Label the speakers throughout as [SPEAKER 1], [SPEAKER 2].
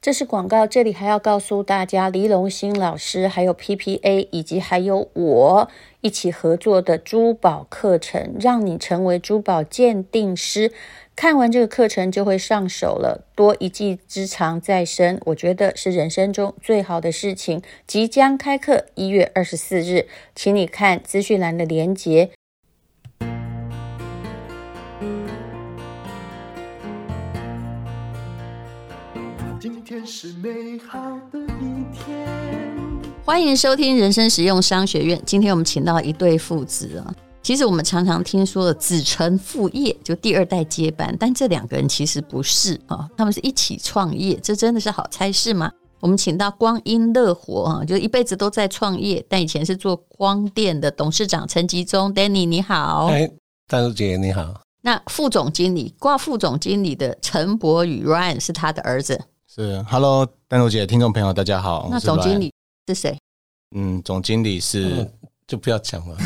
[SPEAKER 1] 这是广告，这里还要告诉大家，黎龙兴老师还有 PPA 以及还有我一起合作的珠宝课程，让你成为珠宝鉴定师。看完这个课程就会上手了，多一技之长在身，我觉得是人生中最好的事情。即将开课，一月二十四日，请你看资讯栏的连结。
[SPEAKER 2] 今天是美好的一天。
[SPEAKER 1] 欢迎收听人生实用商学院。今天我们请到一对父子啊，其实我们常常听说的子承父业，就第二代接班，但这两个人其实不是啊，他们是一起创业，这真的是好差事吗？我们请到光阴乐活啊，就一辈子都在创业，但以前是做光电的董事长陈吉忠 Danny，你好。
[SPEAKER 3] 哎，大叔姐你好，
[SPEAKER 1] 那副总经理挂副总经理的陈柏宇 Ryan 是他的儿子，
[SPEAKER 3] 是
[SPEAKER 4] Hello，丹如姐，听众朋友，大家好。
[SPEAKER 1] 那
[SPEAKER 4] 哦我是
[SPEAKER 1] 总经
[SPEAKER 4] Ryan，
[SPEAKER 1] 理是 谁？
[SPEAKER 4] 嗯，总经理是、
[SPEAKER 3] 就不要讲了，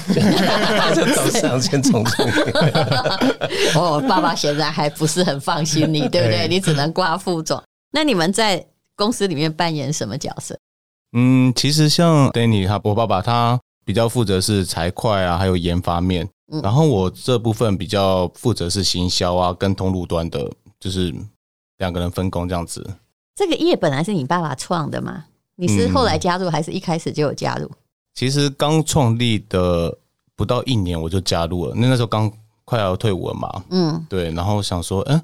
[SPEAKER 3] 就早上先从这里。
[SPEAKER 1] 哦，爸爸现在还不是很放心你，对不对？
[SPEAKER 3] 对
[SPEAKER 1] 你只能挂副总。那你们在公司里面扮演什么角色？
[SPEAKER 4] 嗯，其实像 Danny 他我爸爸他比较负责是财会啊，还有研发面，
[SPEAKER 1] 嗯
[SPEAKER 4] 然后我这部分比较负责是行销啊，跟通路端的，就是两个人分工这样子。
[SPEAKER 1] 这个业本来是你爸爸创的吗？你是后来加入，还是一开始就有加入？
[SPEAKER 4] 其实刚创立的不到一年我就加入了，那那时候刚快要退伍了嘛，
[SPEAKER 1] 嗯，
[SPEAKER 4] 对，然后想说，嗯、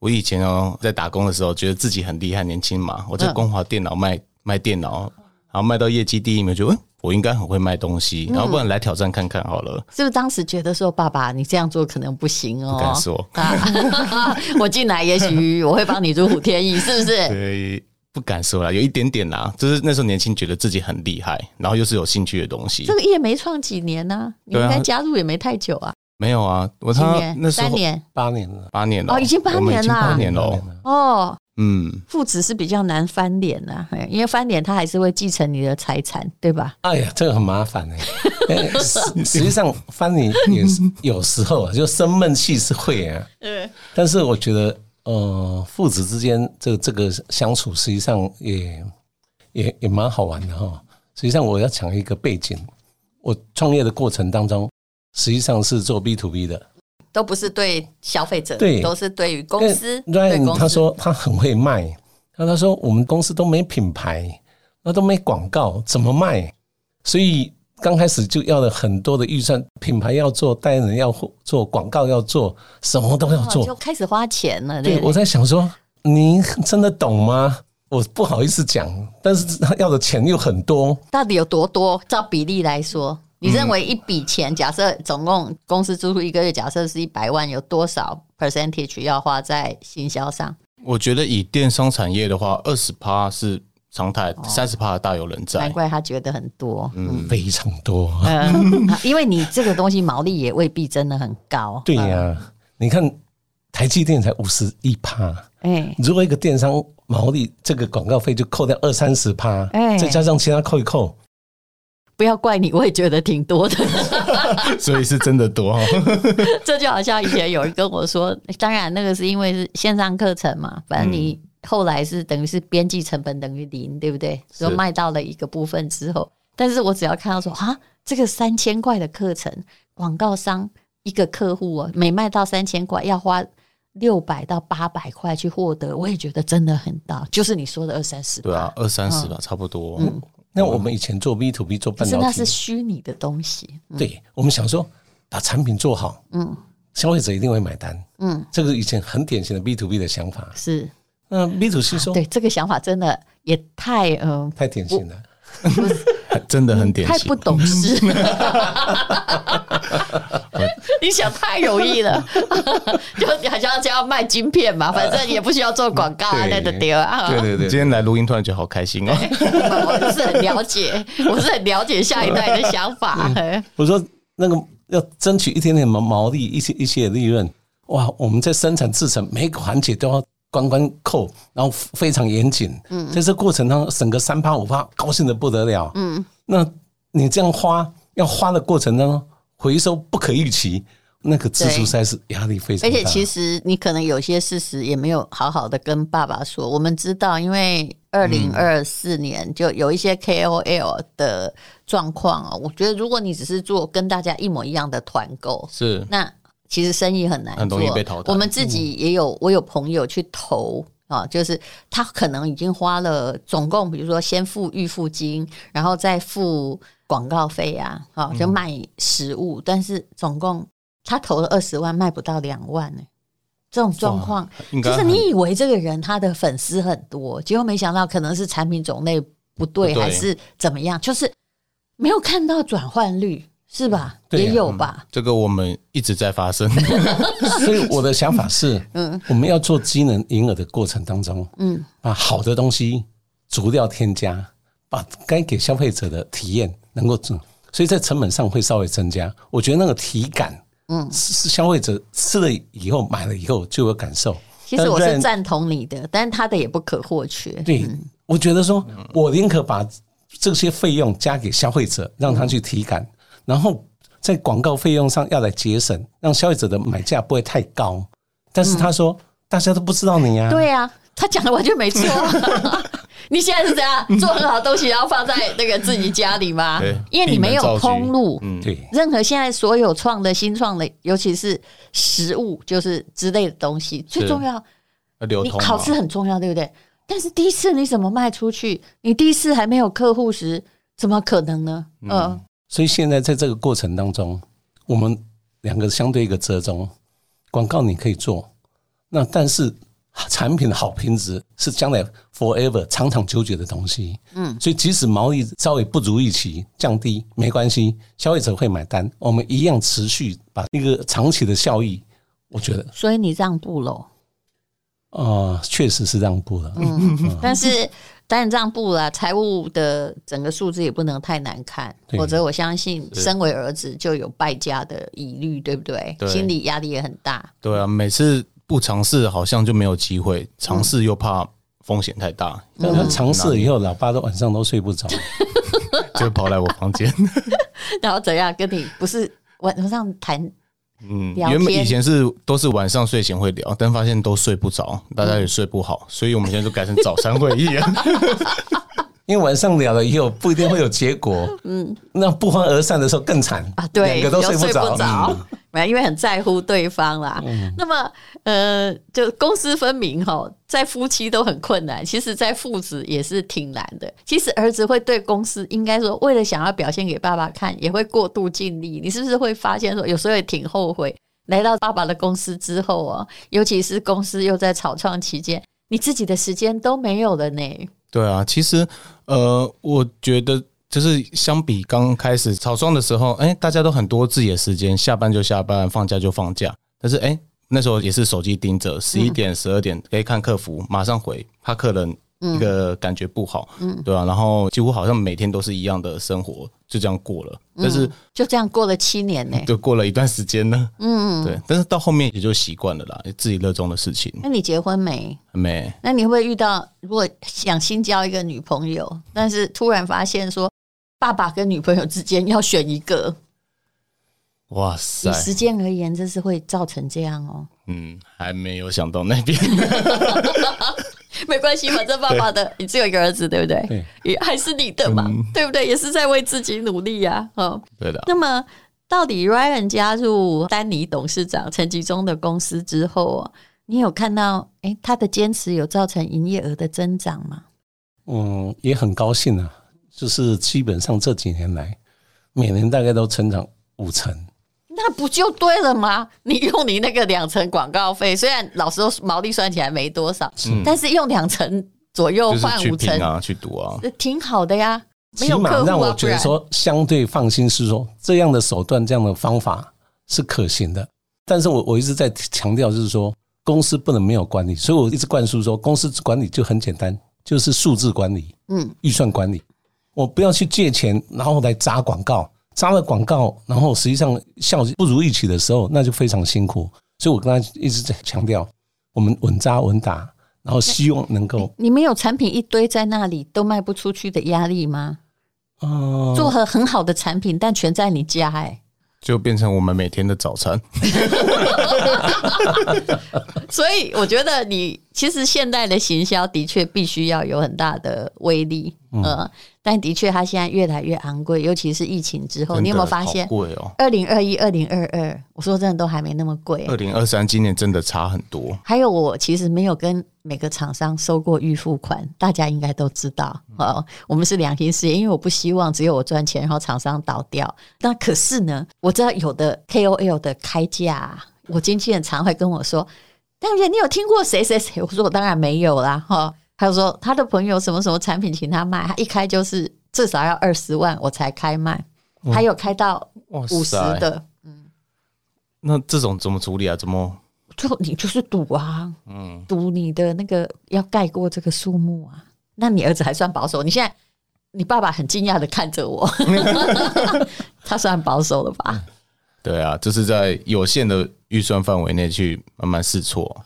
[SPEAKER 4] 我以前哦在打工的时候，觉得自己很厉害，年轻嘛，我在
[SPEAKER 1] 嗯
[SPEAKER 4] 光华电脑卖、卖电脑，然后卖到业绩第一名，就嗯、我应该很会卖东西，
[SPEAKER 1] 嗯
[SPEAKER 4] 然后不然来挑战看看好了。
[SPEAKER 1] 是不是当时觉得说爸爸你这样做可能不行
[SPEAKER 4] 不敢
[SPEAKER 1] 哦？
[SPEAKER 4] 说，
[SPEAKER 1] 啊， 我进来也许我会帮你如虎添翼，是不是？
[SPEAKER 4] 对，不敢说啦，有一点点啦，就是那时候年轻，觉得自己很厉害，然后又是有兴趣的东西
[SPEAKER 1] 这。个业没创几年呢、你应
[SPEAKER 4] 对啊
[SPEAKER 1] 该加入也没太久啊，
[SPEAKER 4] 没有啊，我
[SPEAKER 1] 几
[SPEAKER 4] 他那
[SPEAKER 1] 年？
[SPEAKER 4] 时候
[SPEAKER 1] 三年？
[SPEAKER 3] 八年了，
[SPEAKER 4] 八年了，
[SPEAKER 1] 哦已经八
[SPEAKER 4] 我们已经
[SPEAKER 1] 年了
[SPEAKER 4] 八年了哦，
[SPEAKER 1] 哦，
[SPEAKER 4] 嗯，
[SPEAKER 1] 父子是比较难翻脸呐、嘿因为翻脸他还是会继承你的财产，对吧？
[SPEAKER 3] 哎呀，这个很麻烦哎、 哎实实际上翻脸也是有时候啊，就生闷气是会啊，
[SPEAKER 1] 嗯，
[SPEAKER 3] 但是我觉得，呃，父子之间这这个相处，实际上也也也蛮好玩的哈。实际上，我要讲一个背景，我创业的过程当中，实际上是做 B to B 的。
[SPEAKER 1] 都不是对消费者，
[SPEAKER 3] 对
[SPEAKER 1] 都是对于公
[SPEAKER 3] 但
[SPEAKER 1] 司。对
[SPEAKER 3] Ryan
[SPEAKER 1] 公司
[SPEAKER 3] 他说他很会卖，然后他说我们公司都没品牌，那都没广告，怎么卖？所以刚开始就要了很多的预算，品牌要做，代言人要做，广告要做，什么都要
[SPEAKER 1] 哦
[SPEAKER 3] 做。
[SPEAKER 1] 就开始花钱了，对
[SPEAKER 3] 对，
[SPEAKER 1] 不
[SPEAKER 3] 我
[SPEAKER 1] 对？
[SPEAKER 3] 在想说，你真的懂吗？我不好意思讲，但是他要的钱又很多，
[SPEAKER 1] 到底有多多？照比例来说，
[SPEAKER 3] 嗯
[SPEAKER 1] 你认为一笔钱，假设总共公司支出一个月，假设是一百万，有多少 percentage 要花在行销上？
[SPEAKER 4] 我觉得以电商产业的话，二十趴是常态，三十趴大有人
[SPEAKER 1] 哦
[SPEAKER 4] 在
[SPEAKER 1] 难。怪他觉得很多。嗯，
[SPEAKER 3] 非常多。
[SPEAKER 1] 嗯 因为你这个东西毛利也未必真的很高。
[SPEAKER 3] 对呀、
[SPEAKER 1] 嗯
[SPEAKER 3] 你看台积电才五十一趴，
[SPEAKER 1] 哎，
[SPEAKER 3] 如果一个电商毛利这个广告费就扣掉二三十趴，
[SPEAKER 1] 哎
[SPEAKER 3] 再加上其他扣一扣，
[SPEAKER 1] 不要怪你，我也觉得挺多的。
[SPEAKER 4] 所以是真的多、哦。
[SPEAKER 1] 这就好像以前有人跟我说，当然那个是因为是线上课程嘛，反正你
[SPEAKER 4] 嗯
[SPEAKER 1] 后来是等于是边际成本等于零，对不对？
[SPEAKER 4] 是
[SPEAKER 1] 说卖到了一个部分之后，但是我只要看到说啊，这个三千块的课程，广告商一个客户哦，每卖到三千块要花。六百到八百块去获得，我也觉得真的很大，就是你说的二三十。
[SPEAKER 4] 对啊，二三
[SPEAKER 1] 嗯
[SPEAKER 4] 十吧，差不多。
[SPEAKER 3] 那我们以前做 B to B 做
[SPEAKER 1] 可
[SPEAKER 3] 半
[SPEAKER 1] 是
[SPEAKER 3] 导
[SPEAKER 1] 那是
[SPEAKER 3] 体，
[SPEAKER 1] 虚拟的东西。
[SPEAKER 3] 对我们想说把产品做好，
[SPEAKER 1] 嗯
[SPEAKER 3] 消费者一定会买单。
[SPEAKER 1] 嗯，
[SPEAKER 3] 这个以前很典型的 B to B 的想法。
[SPEAKER 1] 是
[SPEAKER 3] 那 B to C 说
[SPEAKER 1] 对这个想法真的也太嗯、
[SPEAKER 3] 太典型了，
[SPEAKER 4] 真的很典
[SPEAKER 1] 太
[SPEAKER 4] 型
[SPEAKER 1] 不。懂事， 你想太容易了， 就好像就要卖晶片嘛，反正也不需要做广告啊，
[SPEAKER 3] 对
[SPEAKER 1] 那就丢啊。
[SPEAKER 4] 对对对，今天来录音突然觉得好开心哦。
[SPEAKER 1] 我不是很了解，我是很了解下一代的想法。
[SPEAKER 3] 我说那个要争取一点点毛毛利，一些一些利润。哇，我们在生产制程每个环节都要关关扣，然后非常严谨。嗯，在这过程当中，省个三趴五趴，高兴的不得了。嗯，那你这样花，要花的过程当中，回收不可预期，那个次数赛是压力非常
[SPEAKER 1] 而
[SPEAKER 3] 大。
[SPEAKER 1] 且其实你可能有些事实也没有好好的跟爸爸说。我们知道，因为二零二四年就有一些 KOL 的状况哦。我觉得如果你只是做跟大家一模一样的团购，
[SPEAKER 4] 是
[SPEAKER 1] 那其实生意很难做，
[SPEAKER 4] 很容易被淘汰嗯
[SPEAKER 1] 我们自己也有，我有朋友去投。啊，就是他可能已经花了总共，比如说先付预付金，然后再付广告费啊，啊，
[SPEAKER 4] 嗯
[SPEAKER 1] 就卖食物，但是总共他投了二十万，卖不到两万呢、这种状况，
[SPEAKER 4] 应该
[SPEAKER 1] 就是
[SPEAKER 4] 很
[SPEAKER 1] 你以为这个人他的粉丝很多，结果没想到可能是产品种类不对，
[SPEAKER 4] 不对
[SPEAKER 1] 还是怎么样，就是没有看到转换率，是
[SPEAKER 4] 嗯
[SPEAKER 1] 吧？
[SPEAKER 3] 对啊
[SPEAKER 1] 也有吧。
[SPEAKER 4] 这个我们一直在发 生，
[SPEAKER 3] 所以我的想法是，我们要做机能银耳的过程当中，嗯，把好的东西逐料添加，把该给消费者的体验能够做，所以在成本上会稍微增加。我觉得那个体感，嗯，是消费者吃了以后买了以后就有感受。
[SPEAKER 1] 其实我
[SPEAKER 3] 但
[SPEAKER 1] 是赞同你的，但是他的也不可或缺。
[SPEAKER 3] 对，我觉得说，我宁可把这些费用加给消费者，让他去体感，然后在广告费用上要来节省，让消费者的买价不会太高。但是他说，大家都不知道你啊，
[SPEAKER 1] 对啊，他讲的完全没错。你现在是怎样做很好的东西，然后放在那个自己家里吗
[SPEAKER 4] 对？
[SPEAKER 1] 因为你没有通路。
[SPEAKER 4] 嗯，
[SPEAKER 3] 对
[SPEAKER 1] 任何现在所有创的新创的，尤其是食物，就是之类的东西，最重要，
[SPEAKER 4] 要流
[SPEAKER 1] 你
[SPEAKER 4] 通嘛啊
[SPEAKER 1] 好吃很重要，对不对？但是第一次你怎么卖出去？你第一次还没有客户时，怎么可能呢？嗯、
[SPEAKER 3] 所以现在在这个过程当中，我们两个相对一个折中，广告你可以做，那但是产品的好品质是将来 forever 长长久久的东西。嗯，所以即使毛利稍微不如预期降低，没关系，消费者会买单，我们一样持续把那个长期的效益，我觉得
[SPEAKER 1] 所以你让步喽。
[SPEAKER 3] 啊，确、实是让步了。啊
[SPEAKER 1] 但是当然让步了，财务的整个数字也不能太难看，
[SPEAKER 3] 对
[SPEAKER 1] 否则我相信身为儿子就有败家的疑虑，对不对？
[SPEAKER 4] 对
[SPEAKER 1] 心理压力也很大。
[SPEAKER 4] 对啊，每次不尝试好像就没有机
[SPEAKER 1] 嗯
[SPEAKER 4] 会，尝试又怕风险太大，
[SPEAKER 3] 但他尝试了以后，老爸都晚上都睡不着。
[SPEAKER 4] 就跑来我 房间。
[SPEAKER 1] 然后怎样跟你不是晚上谈
[SPEAKER 4] 嗯，
[SPEAKER 1] 聊天
[SPEAKER 4] 原本以前是都是晚上睡前会聊，但发现都睡不着，大家也睡不好，所以我们现在就改成早餐会议啊了。
[SPEAKER 3] 因为晚上聊了以后不一定会有结果，嗯，那不欢而散的时候更惨
[SPEAKER 1] 啊，对，
[SPEAKER 3] 两个都睡不着，
[SPEAKER 1] 着
[SPEAKER 3] 嗯，
[SPEAKER 1] 没、因为很在乎对方啦。那么，呃，就公私分明哈，在夫妻都很困难，其实，在父子也是挺难的。其实儿子会对公司，应该说为了想要表现给爸爸看，也会过度尽力。你是不是会发现说，有时候也挺后悔，来到爸爸的公司之后啊，尤其是公司又在草创期间，你自己的时间都没有了呢。
[SPEAKER 4] 对啊，其实呃，我觉得就是相比刚开始草创的时候，哎、大家都很多自己的时间，下班就下班，放假就放假。但是哎、那时候也是手机盯着，十一点、十二点可以看客服，马上回，怕客人一个感觉不好，嗯，对啊，然后几乎好像每天都是一样的生活，就这样过了。但是
[SPEAKER 1] 就这样过了七年呢。
[SPEAKER 4] 就过了一段时间呢，嗯，对，但是到后面也就习惯了啦，自己热衷的事情，
[SPEAKER 1] 那你结婚没？
[SPEAKER 4] 没
[SPEAKER 1] 那你会不会遇到，如果想新交一个女朋友，但是突然发现说，爸爸跟女朋友之间要选一个，
[SPEAKER 4] 哇
[SPEAKER 1] 以
[SPEAKER 4] 塞，
[SPEAKER 1] 时间而言，这是会造成这样哦。
[SPEAKER 4] 嗯，还没有想到那边，
[SPEAKER 1] 没关系，反正爸爸的，你只有一个儿子，对不对？嗯
[SPEAKER 3] 对
[SPEAKER 1] 也还是你的嘛，对不对？也是在为自己努力呀、哦，
[SPEAKER 4] 对的，
[SPEAKER 1] 那么到底 Ryan 加入丹尼董事长陈吉中的公司之后哦，你有看到诶他的坚持有造成营业额的增长吗？
[SPEAKER 3] 嗯，也很高兴啊，就是基本上这几年来，每年大概都成长五成，
[SPEAKER 1] 那不就对了吗？你用你那个两成广告费，虽然老实说毛利算起来没多少，但是用两成左右
[SPEAKER 4] 就是
[SPEAKER 1] 换
[SPEAKER 4] 去
[SPEAKER 1] 五
[SPEAKER 4] 拼
[SPEAKER 1] 成，
[SPEAKER 4] 啊，去赌啊，
[SPEAKER 1] 呃挺好的呀。没
[SPEAKER 3] 起
[SPEAKER 1] 有
[SPEAKER 3] 码
[SPEAKER 1] 客户
[SPEAKER 3] 让
[SPEAKER 1] 啊，
[SPEAKER 3] 我
[SPEAKER 1] 不
[SPEAKER 3] 觉得
[SPEAKER 1] 然
[SPEAKER 3] 说相对放心，是说这样的手段、这样的方法是可行的。但是我我一直在强调，就是说公司不能没有管理，所以我一直灌输说，公司管理就很简单，就是数字管理，嗯，预算管理。我不要去借钱，然后来砸广告，砸了广告，然后实际上效益不如预期的时候，那就非常辛苦。所以我跟他一直在强调，我们稳扎稳打，然后希望能够，
[SPEAKER 1] 你们有产品一堆在那里都卖不出去的压力吗？
[SPEAKER 3] 嗯、
[SPEAKER 4] 哦
[SPEAKER 1] 做很很好的产品，但全在你家、诶哎
[SPEAKER 4] 就变成我们每天的早餐。
[SPEAKER 1] 所以我觉得你其实现代的行销的确必须要有很大的威力，
[SPEAKER 4] 嗯
[SPEAKER 1] 呃，但的确它现在越来越昂贵，尤其是疫情之后，你有没有发
[SPEAKER 4] 真的
[SPEAKER 1] 现
[SPEAKER 4] 好？贵哦？
[SPEAKER 1] 二零二一、二零二二，我说真的都还没那么贵、
[SPEAKER 4] 二零二三今年真的差很多，
[SPEAKER 1] 还有，我其实没有跟每个厂商收过预付款，大家应该都知道。
[SPEAKER 4] 嗯
[SPEAKER 1] 哦，我们是良心事业，因为我不希望只有我赚钱，然后厂商倒掉。那可是呢，我知道有的 KOL 的开价啊，我经纪人常会跟我说：“当然，你有听过谁谁谁？”我说：“我当然没有啦。”哈、他就说他的朋友什么什么产品请他卖，他一开就是至少要二十万，我才开卖，还有开到
[SPEAKER 4] 哇
[SPEAKER 1] 五十
[SPEAKER 4] 塞
[SPEAKER 1] 的。
[SPEAKER 4] 那这种怎么处理啊？怎么
[SPEAKER 1] 就你就是赌啊，
[SPEAKER 3] 嗯
[SPEAKER 1] 赌你的那个要盖过这个数目啊。那你儿子还算保守，你现在你爸爸很惊讶的看着我， 他算保守了
[SPEAKER 3] 嗯
[SPEAKER 1] 吧？
[SPEAKER 4] 对啊？就是在有限的预算范围内去慢慢试错。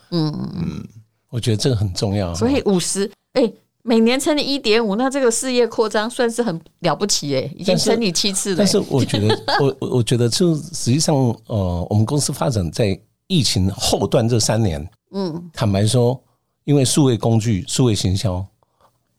[SPEAKER 3] 我觉得这个很重要。啊
[SPEAKER 1] 所以五十，哎，每年乘以一点五，那这个事业扩张算是很了不起哎、已经
[SPEAKER 3] 但是
[SPEAKER 1] 乘以七次了、
[SPEAKER 3] 但是我觉 得，我我我觉得，就实际上，呃，我们公司发展在疫情后段这三年，
[SPEAKER 1] 嗯，
[SPEAKER 3] 坦白说，因为数位工具、数位行销，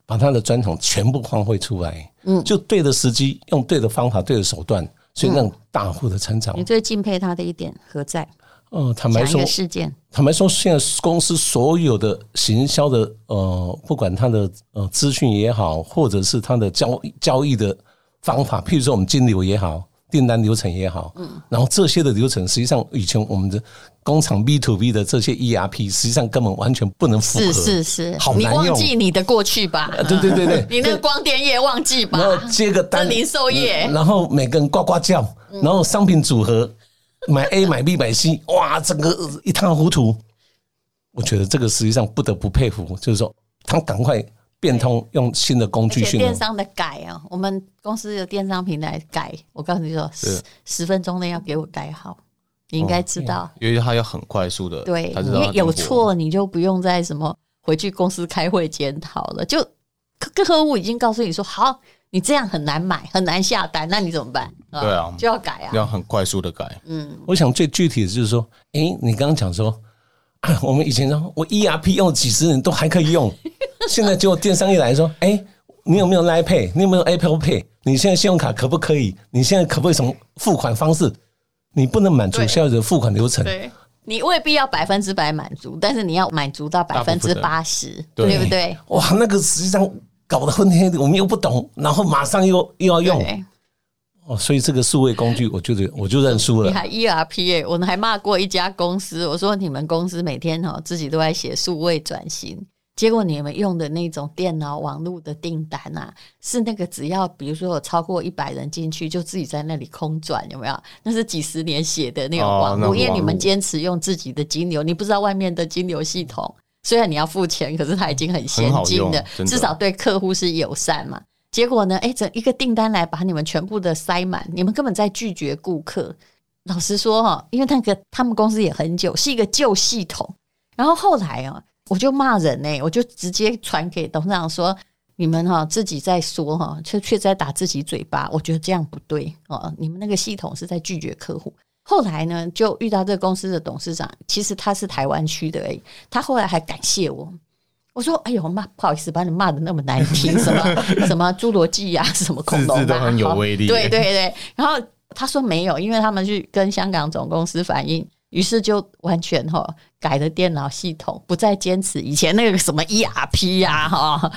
[SPEAKER 3] 把它的专长全部发挥出来，嗯，就对的时机，用对的方法、对的手段，
[SPEAKER 1] 嗯
[SPEAKER 3] 所以让大户的成长
[SPEAKER 1] 你。最敬佩他的一点何在？
[SPEAKER 3] 呃，坦白
[SPEAKER 1] 讲一
[SPEAKER 3] 说
[SPEAKER 1] 个，事件，
[SPEAKER 3] 坦白说，现在公司所有的行销的呃，不管它的呃资讯也好，或者是它的交交易的方法，譬如说我们金流也好，订单流程也好，嗯，然后这些的流程，实际上以前我们的工厂 B to B 的这些 ERP，实际上根本完全不能符合，
[SPEAKER 1] 是是是
[SPEAKER 3] 好，
[SPEAKER 1] 你
[SPEAKER 3] 难用
[SPEAKER 1] 忘记你的过去吧？
[SPEAKER 3] 啊，对对对对，
[SPEAKER 1] 你那个光电业忘记吧
[SPEAKER 3] 然？后接个单，
[SPEAKER 1] 这零售业嗯
[SPEAKER 3] 嗯然后每个人呱呱叫，然后商品组合买 A 买 B 买 C，哇，整个一塌糊涂。我觉得这个实际上不得不佩服，就是说他赶快变通，用新的工具
[SPEAKER 1] 而且
[SPEAKER 4] 哦
[SPEAKER 3] 训练
[SPEAKER 1] 电。商的改啊，我们公司的电商平台改，我告诉你说，十十分钟内要给我改好，你应该知道。
[SPEAKER 4] 因为他要很快速的，
[SPEAKER 1] 对，
[SPEAKER 4] 哦他知
[SPEAKER 1] 因
[SPEAKER 4] 道
[SPEAKER 1] 为
[SPEAKER 4] 它
[SPEAKER 1] 有
[SPEAKER 4] 进步
[SPEAKER 1] 错你就不用再什么回去公司开会检讨了，就客客户已经告诉你说，好，你这样很难买，很难下单，那你怎么办？
[SPEAKER 4] 对啊
[SPEAKER 1] 就要改啊。
[SPEAKER 4] 要很快速的改，
[SPEAKER 1] 嗯
[SPEAKER 3] 我想最具体的就是说，诶，你刚刚讲说， 啊，我们以前说我 ERP 用了几十年都还可 以用，现在结果电商一来说，诶，你有没有 Line Pay？你有没有 Apple Pay？你现在信用卡可不可以？你现在可不可以什么付款方式？你不能满足
[SPEAKER 1] 对
[SPEAKER 3] 消费者的付款流程，
[SPEAKER 1] 对，你未必要百分之百满足，但是你要满足到百
[SPEAKER 4] 大部
[SPEAKER 1] 分
[SPEAKER 4] 分
[SPEAKER 1] 之
[SPEAKER 4] 的
[SPEAKER 1] 八十，
[SPEAKER 4] 对
[SPEAKER 1] 对不对？
[SPEAKER 3] 哇，那个实际上搞得昏天黑地，我们又不懂，然后马上又又要用
[SPEAKER 1] 对
[SPEAKER 3] 哦，所以这个数位工具，我就觉得我就认输
[SPEAKER 1] 你
[SPEAKER 3] 了。
[SPEAKER 1] 还 ERP 耶、我还骂过一家公司，我说你们公司每天哈、自己都在写数位转型，结果你们用的那种电脑网络的订单啊，是那个只要比如说有超过一百人进去，就自己在那里空转，有没有？那是几十年写的那种
[SPEAKER 4] 哦
[SPEAKER 1] 网
[SPEAKER 4] 那
[SPEAKER 1] 络，
[SPEAKER 4] 种
[SPEAKER 1] 因为你
[SPEAKER 4] 网
[SPEAKER 1] 们
[SPEAKER 4] 络
[SPEAKER 1] 坚持用自己的金流，你不知道外面的金流系统。虽然你要付钱，可是它已经很先
[SPEAKER 4] 很好
[SPEAKER 1] 进
[SPEAKER 4] 用
[SPEAKER 1] 的，
[SPEAKER 4] 真的
[SPEAKER 1] 至少对客户是友善嘛。结果呢，哎，整一个订单来把你们全部的塞满，你们根本在拒绝顾客。老实说哈、哦，因为那个他们公司也很久，是一个旧系统。然后后来哦，我就骂人呢、我就直接传给董事长说：“你们哈、自己在说哈、却却在打自己嘴巴，我觉得这样不对哦。你们那个系统是在拒绝客户。”后来呢，就遇到这个公司的董事长，其实他是台湾区的而已。他后来还感谢我，我说：“哎呦骂，不好意思，把你骂的那么难听，什么 什么侏罗纪呀、什么恐龙、啊，
[SPEAKER 4] 字字都很有
[SPEAKER 1] 好
[SPEAKER 4] 威力
[SPEAKER 1] 对对对，然后他说没有，因为他们去跟香港总公司反映，于是就完全哈、改了电脑系统，不再坚持以前那个什么 E ERP 呀、啊哈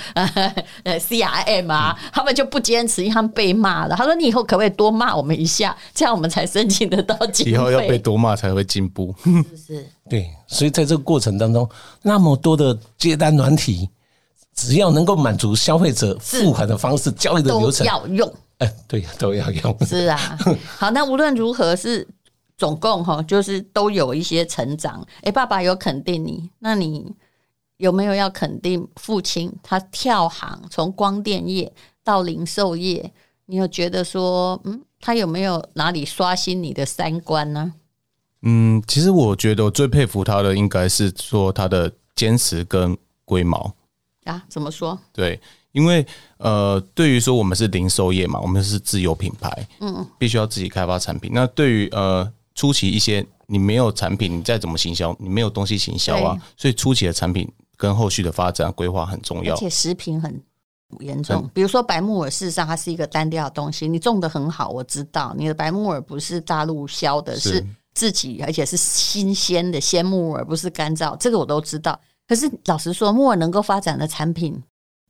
[SPEAKER 1] 呃 CRM 啊，他们就不坚持，因为他们被骂了。他说你以后可不可以多骂我们一下，这样我们才申请得到经费。
[SPEAKER 4] 以后要被多骂才会进步。
[SPEAKER 1] 是
[SPEAKER 3] 对，所以在这个过程当中，那么多的接单软体，只要能够满足消费者付款的方式、交易的流
[SPEAKER 1] 都
[SPEAKER 3] 程，
[SPEAKER 1] 要用。
[SPEAKER 3] 哎，对，都要用。
[SPEAKER 1] 是啊，好，那无论如何是总共哈，就是都有一些成长。哎、爸爸有肯定你，那你有没有要肯定父亲他跳行从光电业到零售业？你有觉得说，嗯，他有没有哪里刷新你的三观呢？
[SPEAKER 4] 嗯，其实我觉得我最佩服他的应该是说他的坚持跟龟毛。
[SPEAKER 1] 啊？怎么说？
[SPEAKER 4] 对，因为呃，对于说我们是零售业嘛，我们是自有品牌，嗯，必须要自己开发产品。那对于呃初期一些你没有产品，你再怎么行销，你没有东西行销啊
[SPEAKER 1] 对，
[SPEAKER 4] 所以初期的产品跟后续的发展规划很重
[SPEAKER 1] 而
[SPEAKER 4] 要。
[SPEAKER 1] 且食品很严重，比如说白木耳，事实上它是一个单调的东西，你种的很好，我知道你的白木耳不是大陆销的，
[SPEAKER 4] 是
[SPEAKER 1] 是自己，而且是新鲜的鲜木耳，不是干燥，这个我都知道。可是老实说，木耳能够发展的产品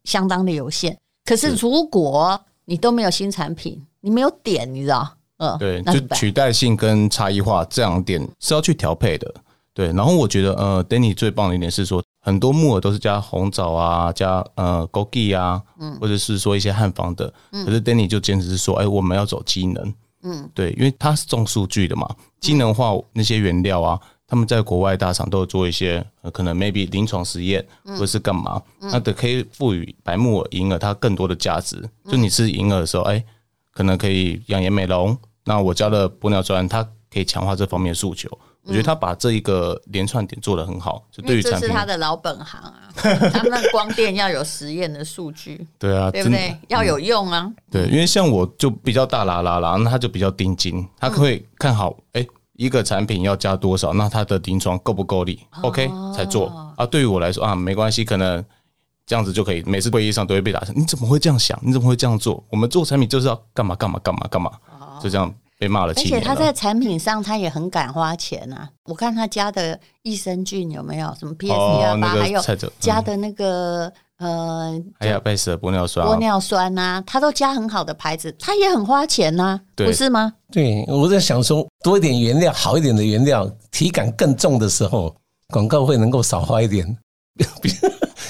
[SPEAKER 1] 相当的有限。可是
[SPEAKER 4] 是
[SPEAKER 1] 如果你都没有新产品，你没有点，你知道？嗯，
[SPEAKER 4] 对，
[SPEAKER 1] 那
[SPEAKER 4] 就
[SPEAKER 1] 怎么办
[SPEAKER 4] 取代性跟差异化这两点是要去调配的。对，然后我觉得呃，Danny 最棒的一点是说，很多木耳都是加红枣啊，加呃枸杞啊，嗯，或者是说一些汉方的。
[SPEAKER 1] 嗯
[SPEAKER 4] 可是 Danny 就坚持是说，哎、我们要走机能。嗯，对，因为它是重数据的嘛，机能化那些原料啊，他们在国外大厂都有做一些、呃可能 maybe 临床实验
[SPEAKER 1] 嗯
[SPEAKER 4] 或者是干嘛，那得可以赋予白木耳、银耳它更多的价值。
[SPEAKER 1] 嗯
[SPEAKER 4] 就你吃银耳的时候，哎、可能可以养颜美容。那我加了玻尿酸，它可以强化这方面的诉求。我觉得他把这一个连串点做得很好，就
[SPEAKER 1] 嗯因
[SPEAKER 4] 对
[SPEAKER 1] 为
[SPEAKER 4] 于
[SPEAKER 1] 这
[SPEAKER 4] 产
[SPEAKER 1] 是
[SPEAKER 4] 品，
[SPEAKER 1] 他的老本行啊， 他们光电要有实验的数据，
[SPEAKER 4] 对啊，
[SPEAKER 1] 对不
[SPEAKER 4] 真的
[SPEAKER 1] 对？要有用啊。
[SPEAKER 4] 对，因为像我就比较大啦啦啦，那他就比较盯紧，他会看好哎、诶一个产品要加多少，那它的临床够不够力、o
[SPEAKER 1] 哦
[SPEAKER 4] k 才做啊。对于我来说啊，没关系，可能这样子就可以，每次会议上都会被打成你怎么会这样想？你怎么会这样做？我们做产品就是要干嘛干嘛干嘛干嘛，
[SPEAKER 1] 哦
[SPEAKER 4] 就这样被骂了
[SPEAKER 1] 而
[SPEAKER 4] 七
[SPEAKER 1] 且
[SPEAKER 4] 年
[SPEAKER 1] 他
[SPEAKER 4] 了。
[SPEAKER 1] 在产品上，他也很敢花钱啊！我看他加的益生菌有没有什么 PSP 二
[SPEAKER 4] 哦那
[SPEAKER 1] 八，
[SPEAKER 4] 个
[SPEAKER 1] 啊还有
[SPEAKER 4] 菜嗯的
[SPEAKER 1] 加的那个呃
[SPEAKER 4] 还有贝斯的玻尿酸、
[SPEAKER 1] 玻
[SPEAKER 4] 啊，
[SPEAKER 1] 尿酸呐、啊，他都加很好的牌子，他也很花钱呐、
[SPEAKER 4] 对
[SPEAKER 1] 不是吗？
[SPEAKER 3] 对，我在想说，多一点原料，好一点的原料，体感更重的时候，广告会能够少花一点。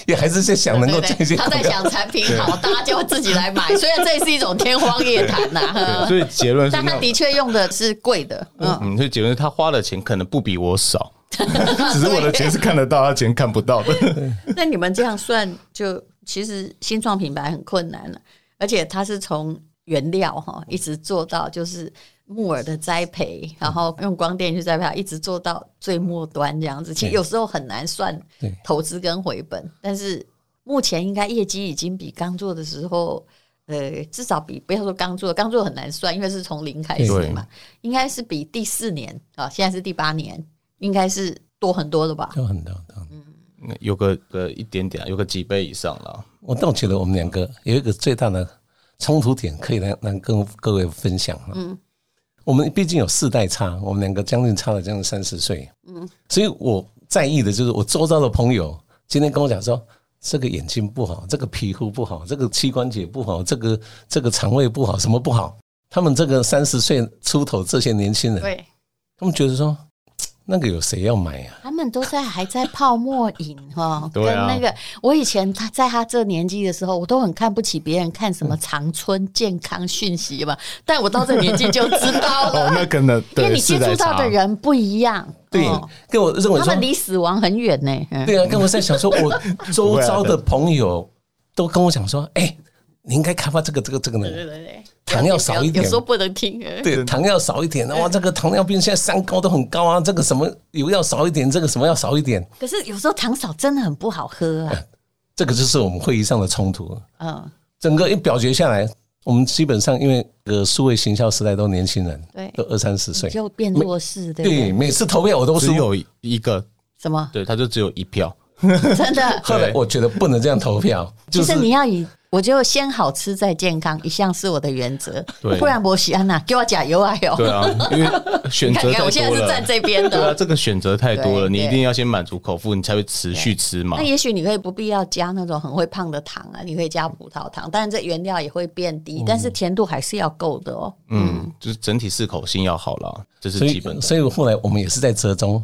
[SPEAKER 3] 也还是在想能够
[SPEAKER 1] 对
[SPEAKER 3] 赚
[SPEAKER 1] 不
[SPEAKER 3] 一
[SPEAKER 1] 对？
[SPEAKER 3] 些
[SPEAKER 1] 他
[SPEAKER 3] 广
[SPEAKER 1] 在
[SPEAKER 3] 告。
[SPEAKER 1] 想产品好，大家就会自己来买。虽然这也是一种天荒夜谈呐、
[SPEAKER 4] 对，
[SPEAKER 1] 呵
[SPEAKER 4] 所以结论是
[SPEAKER 1] 但
[SPEAKER 4] 那
[SPEAKER 1] 他的确用的是贵的，嗯，
[SPEAKER 4] 嗯，所以结论是他花的钱可能不比 我少，只是我的钱是看得到，他钱看不到的。
[SPEAKER 1] 那你们这样算就，其实新创品牌很困难了，而且它是从原料哈一直做到就是木耳的栽培，
[SPEAKER 3] 嗯
[SPEAKER 1] 然后用光电去栽培它，一直做到最末端这样子。其实
[SPEAKER 3] 对
[SPEAKER 1] 有时候很难算
[SPEAKER 3] 对
[SPEAKER 1] 投资跟回本，但是目前应该业绩已经比刚做的时候。呃，至少比不要说刚做，刚做很难算，因为是从零开始
[SPEAKER 4] 对
[SPEAKER 1] 嘛，应该是比第四年啊，现在是第八年，应该是多很多了吧？
[SPEAKER 3] 就很多，很多
[SPEAKER 4] 有个个一点点，啊有个几倍以上了。
[SPEAKER 3] 我倒觉得我们两个有一个最大的冲突点，可以来来跟各位分享哈。嗯，我们毕竟有世代差，我们两个将近差了将近三十岁。嗯，所以我在意的就是我周遭的朋友今天跟我讲说，这个眼睛不好，这个皮肤不好，这个膝关节不好，这个这个肠胃不好，什么不好？他们这个三十岁出头这些年轻人，
[SPEAKER 1] 对，
[SPEAKER 3] 他们觉得说，嘖那个有谁要买啊呀、
[SPEAKER 1] 他们都在还在泡沫影哈，跟
[SPEAKER 4] 对啊
[SPEAKER 1] 那个我以前他在他这年纪的时候，我都很看不起别人看什么长春健康讯息嘛，但我到这年纪就知道
[SPEAKER 4] 哦，
[SPEAKER 1] 了，
[SPEAKER 4] 那可能
[SPEAKER 1] 因
[SPEAKER 4] 对
[SPEAKER 1] 为你接触到的，人不一样，
[SPEAKER 3] 对
[SPEAKER 1] 哦，
[SPEAKER 3] 跟我认为
[SPEAKER 1] 他
[SPEAKER 3] 说
[SPEAKER 1] 们离死亡很远呢。嗯
[SPEAKER 3] 对啊，跟我在想说， 我
[SPEAKER 4] 啊
[SPEAKER 3] 周遭的朋友都跟我讲说，哎、你应该开发这个这个这个那
[SPEAKER 1] 对
[SPEAKER 3] 个，
[SPEAKER 1] 对对，
[SPEAKER 3] 糖要少一
[SPEAKER 1] 有
[SPEAKER 3] 点
[SPEAKER 1] 有时，候不能听。嗯
[SPEAKER 3] 对，糖要少一点。哇，这个糖尿病现在三高都很高啊，这个什么油要少一点，这个什么要少一点，
[SPEAKER 1] 可是有时候糖少真的很不好喝啊，
[SPEAKER 3] 这个就是我们会议上的冲突。
[SPEAKER 1] 嗯，
[SPEAKER 3] 整个一表决下来，我们基本上因为呃数位行销时代都年轻人，
[SPEAKER 1] 对
[SPEAKER 3] 都二三十岁，
[SPEAKER 1] 就变弱势，对不
[SPEAKER 3] 对，
[SPEAKER 1] 对？
[SPEAKER 3] 每次投票我都
[SPEAKER 4] 只
[SPEAKER 3] 输。
[SPEAKER 4] 有一个，
[SPEAKER 1] 什么
[SPEAKER 4] 对，他就只有一票。
[SPEAKER 1] 真的？
[SPEAKER 3] 后来我觉得不能这样投票，就
[SPEAKER 1] 其
[SPEAKER 3] 是
[SPEAKER 1] 实你要以，我觉得先好吃再健康，一向是我的原则。
[SPEAKER 4] 对
[SPEAKER 1] 不然我喜安娜给我加油啊哟！
[SPEAKER 4] 对啊， 因为选
[SPEAKER 1] 你看，
[SPEAKER 4] 择
[SPEAKER 1] 你看，
[SPEAKER 4] 太
[SPEAKER 1] 我现在
[SPEAKER 4] 多
[SPEAKER 1] 是站
[SPEAKER 4] 了。
[SPEAKER 1] 这边
[SPEAKER 4] 对啊，
[SPEAKER 1] 的。
[SPEAKER 4] 这个选择太多
[SPEAKER 1] 对
[SPEAKER 4] 了，你一
[SPEAKER 1] 对
[SPEAKER 4] 定要先满足口腹，你才会持续吃嘛
[SPEAKER 1] 那。也许你可以不必要加那种很会胖的糖啊，你可以加葡萄糖，当然这原料也会变低，但是甜度还是要够的哦。
[SPEAKER 4] 嗯，就是整体适口性要好啦，这是
[SPEAKER 3] 所
[SPEAKER 4] 基
[SPEAKER 3] 以
[SPEAKER 4] 本，的。
[SPEAKER 3] 所以后来我们也是在折中，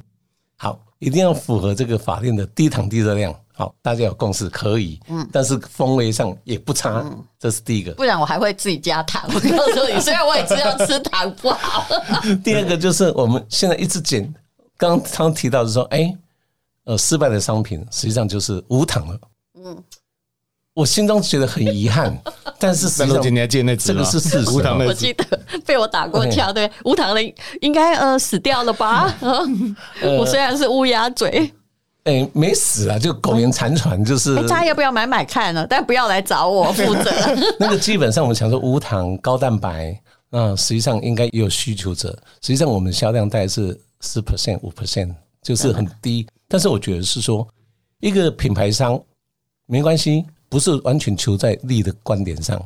[SPEAKER 3] 好，一定要符合这个法令的低糖低热量。好，大家有共识可以，嗯，但是风味上也不差，这是第一个。
[SPEAKER 1] 不然我还会自己加糖。 我告诉你，虽然我也知道吃糖不好，
[SPEAKER 3] 第二个就是我们现在一直减，刚刚提到的说，哎、呃，失败的商品实际上就是无糖了。嗯，我心中觉得很遗 憾，但是实
[SPEAKER 4] 三
[SPEAKER 3] 际
[SPEAKER 4] 楼
[SPEAKER 3] 上
[SPEAKER 4] 今天见那只
[SPEAKER 3] 这个
[SPEAKER 4] 吗
[SPEAKER 3] 是事实
[SPEAKER 4] 无糖
[SPEAKER 3] 哦
[SPEAKER 4] 那
[SPEAKER 1] 我
[SPEAKER 4] 只
[SPEAKER 1] 记得被我打
[SPEAKER 4] 嗯
[SPEAKER 1] 过枪，对无哦
[SPEAKER 4] 呃
[SPEAKER 1] 糖的应该呃死掉了吧？我虽然是乌鸦嘴，
[SPEAKER 3] 哎、哎、没死啊，就苟延残喘，就是
[SPEAKER 4] 呃
[SPEAKER 1] 哎，大家要不要买买看呢？但不要来找我负责。
[SPEAKER 3] 那个基本上我们想说无糖高蛋白，那实际上应该也有需求者。实际上我们销量大概是四 percent 五 percent，就是很低。但是我觉得是说，一个品牌商没关系，不是完全求在利的观点上，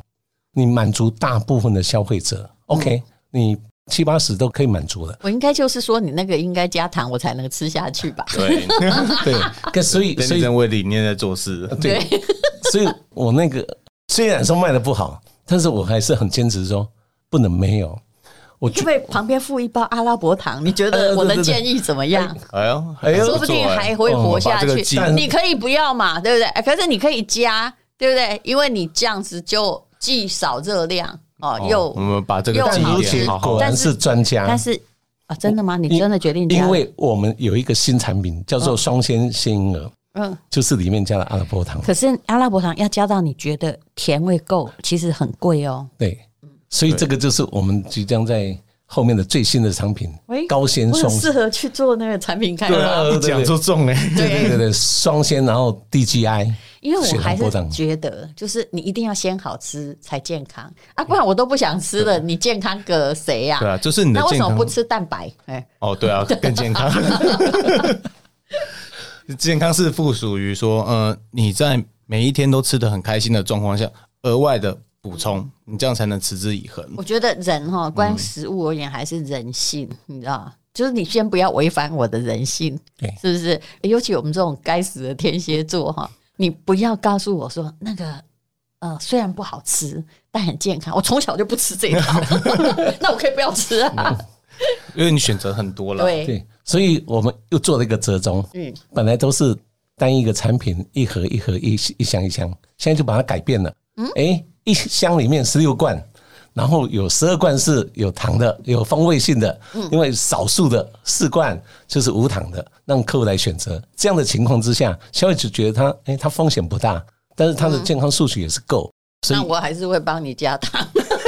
[SPEAKER 3] 你满足大部分的消费者，OK，、你七八十都可以满足了。
[SPEAKER 1] 我应该就是说，你那个应该加糖，我才能吃下去吧？
[SPEAKER 4] 对，
[SPEAKER 3] 对，可所以所
[SPEAKER 4] 认
[SPEAKER 3] 以
[SPEAKER 4] 真为理念在做事。
[SPEAKER 3] 对，所以我那个虽然说卖的不好，但是我还是很坚持说不能没有。我
[SPEAKER 1] 可
[SPEAKER 3] 觉
[SPEAKER 1] 不可以旁边附一包阿拉伯糖？你觉得我的建议怎么样？
[SPEAKER 4] 哎呦，
[SPEAKER 3] 哎呦
[SPEAKER 1] 说不定还会活下
[SPEAKER 4] 嗯把这个
[SPEAKER 1] 去
[SPEAKER 4] 记。
[SPEAKER 1] 你可以不要嘛，对不对？哎可是你可以加，对不对？因为你这样子就既少热量哦，
[SPEAKER 4] 我
[SPEAKER 1] 又
[SPEAKER 4] 们把这个
[SPEAKER 1] 又
[SPEAKER 4] 记
[SPEAKER 1] 好
[SPEAKER 4] 忆
[SPEAKER 1] 吃
[SPEAKER 4] 点好好
[SPEAKER 3] 果然
[SPEAKER 1] 但是
[SPEAKER 3] 是专家，
[SPEAKER 1] 但是啊，真的吗？你嗯真的决定加？
[SPEAKER 3] 因为我们有一个新产品叫做双鲜鲜婴儿，
[SPEAKER 1] 嗯，
[SPEAKER 3] 就是里面加了阿拉伯糖，
[SPEAKER 1] 可是阿拉伯糖要加到你觉得甜味够，其实很贵哦。
[SPEAKER 3] 对，所以这个就是我们即将在后面的最新的商品
[SPEAKER 1] 喂
[SPEAKER 3] 高鲜
[SPEAKER 1] 我
[SPEAKER 3] 双
[SPEAKER 1] 很。适合去做那个产品开
[SPEAKER 4] 对
[SPEAKER 1] 发，
[SPEAKER 4] 啊，一讲就中哎、
[SPEAKER 3] 对对对对，双鲜，然后 DGI，
[SPEAKER 1] 因为我还
[SPEAKER 3] 血
[SPEAKER 1] 是
[SPEAKER 3] 糖波长
[SPEAKER 1] 觉得，就是你一定要先好吃才健康啊，不然我都不想吃了，你健康个谁呀、
[SPEAKER 4] 对啊，就是你的
[SPEAKER 1] 那为
[SPEAKER 4] 健
[SPEAKER 1] 什么
[SPEAKER 4] 康
[SPEAKER 1] 不吃蛋白？哎，
[SPEAKER 4] 哦，对 啊，更健康。 健康是附属于说，呃，你在每一天都吃的很开心的状况下，额外的补充，你这样才能持之以恒。
[SPEAKER 1] 嗯我觉得人哈，关于食物而言还是人性，你知道。就是你先不要违反我的人性
[SPEAKER 3] 对，
[SPEAKER 1] 是不是？尤其我们这种该死的天蝎座哈，你不要告诉我说那个呃，虽然不好吃，但很健康。我从小就不吃这一套， 那我可以不要吃啊。
[SPEAKER 4] 因为你选择很多了，
[SPEAKER 1] 对，
[SPEAKER 3] 对，所以我们又做了一个折中，
[SPEAKER 1] 嗯，
[SPEAKER 3] 本来都是单一个产品一盒一盒一一箱一箱，现在就把它改变了。嗯，哎，一箱里面十六罐，然后有十二罐是有糖的，有风味性的，另外少数的四罐就是无糖的，让客户来选择。这样的情况之下，消费者觉得它哎，它风险不大，但是它的健康数据也是够，所以
[SPEAKER 1] 那我还是会帮你加糖，